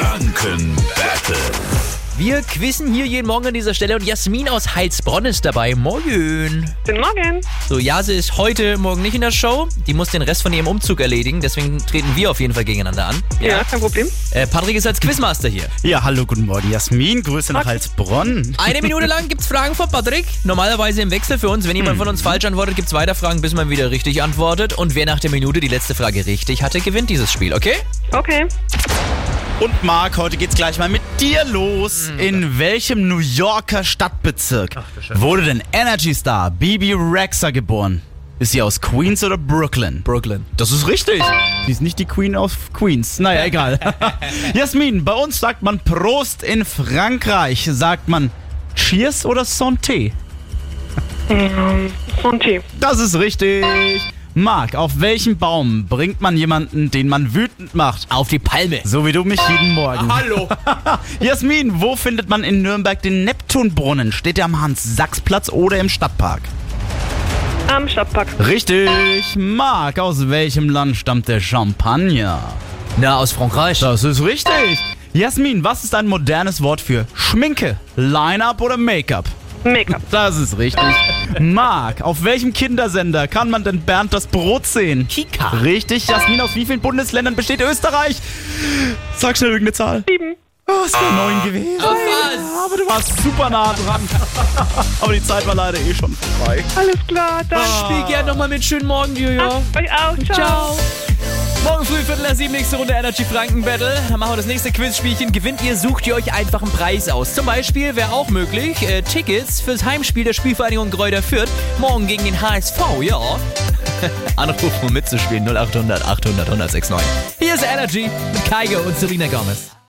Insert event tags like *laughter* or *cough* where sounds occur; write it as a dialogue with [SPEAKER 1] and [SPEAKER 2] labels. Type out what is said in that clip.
[SPEAKER 1] Franken Battle.
[SPEAKER 2] Wir quizzen hier jeden Morgen an dieser Stelle und Jasmin aus Heilsbronn ist dabei. Moin.
[SPEAKER 3] Guten Morgen.
[SPEAKER 2] So, Jase ist heute Morgen nicht in der Show. Die muss den Rest von ihrem Umzug erledigen. Deswegen treten wir auf jeden Fall gegeneinander an.
[SPEAKER 3] Ja, kein Problem.
[SPEAKER 2] Äh, Patrick ist als Quizmaster hier.
[SPEAKER 4] Ja, hallo, guten Morgen, Jasmin. Grüße nach Heilsbronn.
[SPEAKER 2] Eine Minute lang gibt's Fragen von Patrick. Normalerweise im Wechsel für uns. Wenn jemand von uns falsch antwortet, gibt's weiter Fragen, bis man wieder richtig antwortet. Und wer nach der Minute die letzte Frage richtig hatte, gewinnt dieses Spiel, okay?
[SPEAKER 3] Okay.
[SPEAKER 4] Und Marc, heute geht's gleich mal mit dir los. In welchem New Yorker Stadtbezirk wurde denn Energy Star Bibi Rexa geboren? Ist sie aus Queens oder Brooklyn?
[SPEAKER 2] Brooklyn.
[SPEAKER 4] Das ist richtig. Sie ist nicht die Queen aus Queens. Naja, *laughs* egal. Jasmin, bei uns sagt man Prost. In Frankreich sagt man Cheers oder Santé.
[SPEAKER 3] Und Tee.
[SPEAKER 4] Das ist richtig. Marc, auf welchen Baum bringt man jemanden, den man wütend macht?
[SPEAKER 2] Auf die Palme.
[SPEAKER 4] So wie du mich jeden Morgen.
[SPEAKER 2] Hallo.
[SPEAKER 4] *laughs* Jasmin, wo findet man in Nürnberg den Neptunbrunnen? Steht er am Hans-Sachs-Platz oder im Stadtpark?
[SPEAKER 3] Am Stadtpark.
[SPEAKER 4] Richtig. Marc, aus welchem Land stammt der Champagner?
[SPEAKER 2] Na, aus Frankreich.
[SPEAKER 4] Das ist richtig. Jasmin, was ist ein modernes Wort für Schminke, Line-Up oder Make-up?
[SPEAKER 3] Make-up.
[SPEAKER 4] Das ist richtig. Marc, auf welchem Kindersender kann man denn Bernd das Brot sehen?
[SPEAKER 2] Kika.
[SPEAKER 4] Richtig, Jasmin, aus wie vielen Bundesländern besteht Österreich? Sag schnell irgendeine Zahl.
[SPEAKER 3] Sieben.
[SPEAKER 4] Oh, es wäre neun gewesen.
[SPEAKER 2] was?
[SPEAKER 4] Aber du warst super nah dran. *laughs* Aber die Zeit war leider eh schon vorbei.
[SPEAKER 3] Alles klar, dann.
[SPEAKER 2] Spiel gerne nochmal mit. Schönen Morgen, Jojo.
[SPEAKER 3] Euch auch.
[SPEAKER 2] Oh. Ciao. Morgen früh, Viertel nach sieben, nächste Runde Energy Franken Battle. Dann machen wir das nächste Quizspielchen. Gewinnt ihr, sucht ihr euch einfach einen Preis aus. Zum Beispiel wäre auch möglich, äh, Tickets fürs Heimspiel der Spielvereinigung Gräuter Fürth. Morgen gegen den HSV, ja. *laughs* Anruf, um mitzuspielen, 0800 800 1069. Hier ist Energy mit Kaigo und Serena Gomez.